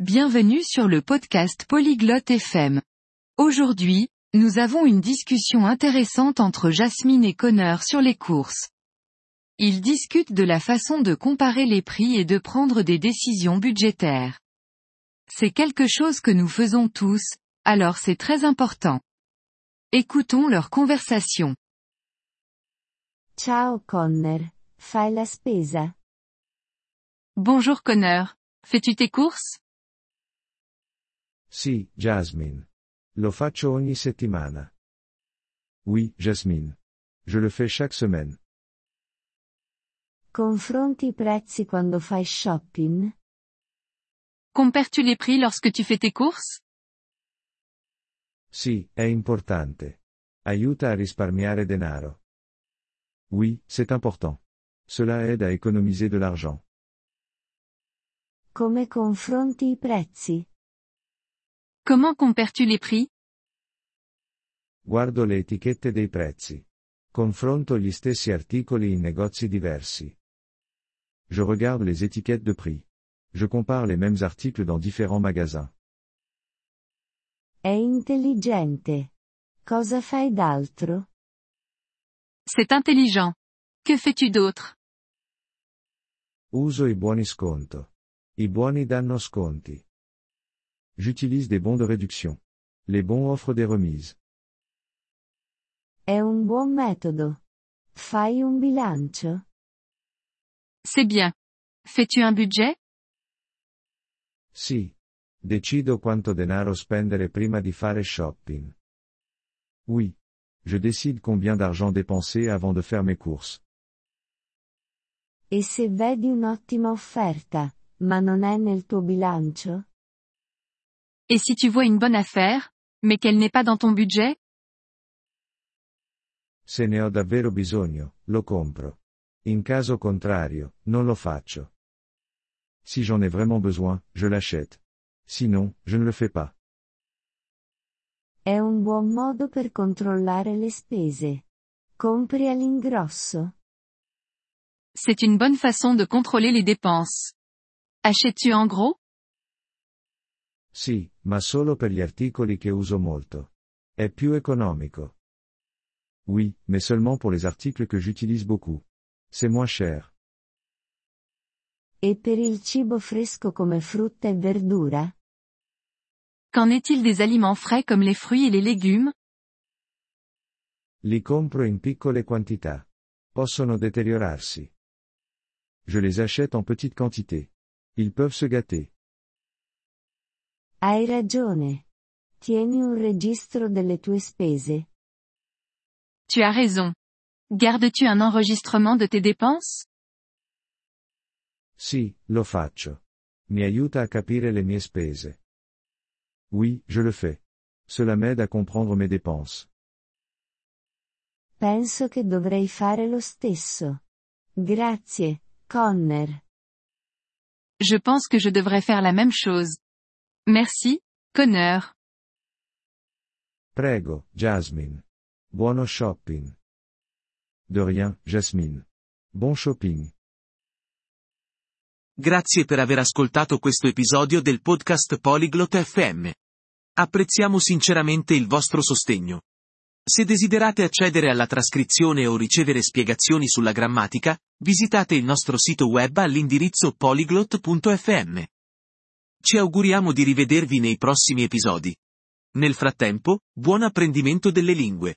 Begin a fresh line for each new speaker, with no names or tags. Bienvenue sur le podcast Polyglotte FM. Aujourd'hui, nous avons une discussion intéressante entre Jasmine et Connor sur les courses. Ils discutent de la façon de comparer les prix et de prendre des décisions budgétaires. C'est quelque chose que nous faisons tous, alors c'est très important. Écoutons leur conversation.
Ciao Connor, fai la spesa?
Bonjour Connor. Fais-tu tes courses
Sì, Jasmine. Lo faccio ogni settimana. Oui, Jasmine. Je le fais chaque semaine.
Confronti i prezzi quando fai shopping?
Compares-tu les prix lorsque tu fais tes courses
Sì, è importante. Aiuta a risparmiare denaro. Oui, c'est important. Cela aide à économiser de l'argent.
Come confronti i prezzi?
Comment compares-tu les prix
Guardo le etichette dei prezzi. Confronto gli stessi articoli in negozi diversi. Je regarde les étiquettes de prix. Je compare les mêmes articles dans différents magasins.
È intelligente. Cosa fai d'altro?
C'est intelligent. Que fais-tu d'autre
Uso i buoni sconto. I buoni danno sconti. J'utilise des bons de réduction. Les bons offrent des remises.
È un buon metodo. Fai un bilancio?
C'est bien. Fais-tu un budget
Sì. Decido quanto denaro spendere prima di fare shopping. Oui. Je décide combien d'argent dépenser avant de faire mes courses.
E se vedi un'ottima offerta, ma non è nel tuo bilancio?
Et si tu vois une bonne affaire, mais qu'elle n'est pas dans ton budget
Se ne ho davvero bisogno, lo compro. In caso contrario, non lo faccio. Si j'en ai vraiment besoin, je l'achète. Sinon, je ne le fais pas.
È un buon modo per controllare le spese. Compri all'ingrosso?
C'est une bonne façon de contrôler les dépenses. Achètes-tu en gros
Sì, ma solo per gli articoli che uso molto. È più economico. Oui, mais seulement pour les articles que j'utilise beaucoup. C'est moins cher.
E per il cibo fresco come frutta e verdura?
Qu'en est-il des aliments frais comme les fruits et les légumes
Li compro in piccole quantità. Possono deteriorarsi. Je les achète en petite quantité. Ils peuvent se gâter.
Hai ragione. Tieni un registro delle tue spese.
Tu as raison. Gardes-tu un enregistrement de tes dépenses
Sì, lo faccio. Mi aiuta a capire le mie spese. Oui, je le fais. Cela m'aide à comprendre mes dépenses.
Penso che dovrei fare lo stesso. Grazie, Connor.
Je pense que je devrais faire la même chose. Merci, Connor.
Prego, Jasmine. Buono shopping. De rien, Jasmine. Bon shopping.
Grazie per aver ascoltato questo episodio del podcast Polyglot FM. Apprezziamo sinceramente il vostro sostegno. Se desiderate accedere alla trascrizione o ricevere spiegazioni sulla grammatica, visitate il nostro sito web all'indirizzo polyglot.fm. Ci auguriamo di rivedervi nei prossimi episodi. Nel frattempo, buon apprendimento delle lingue.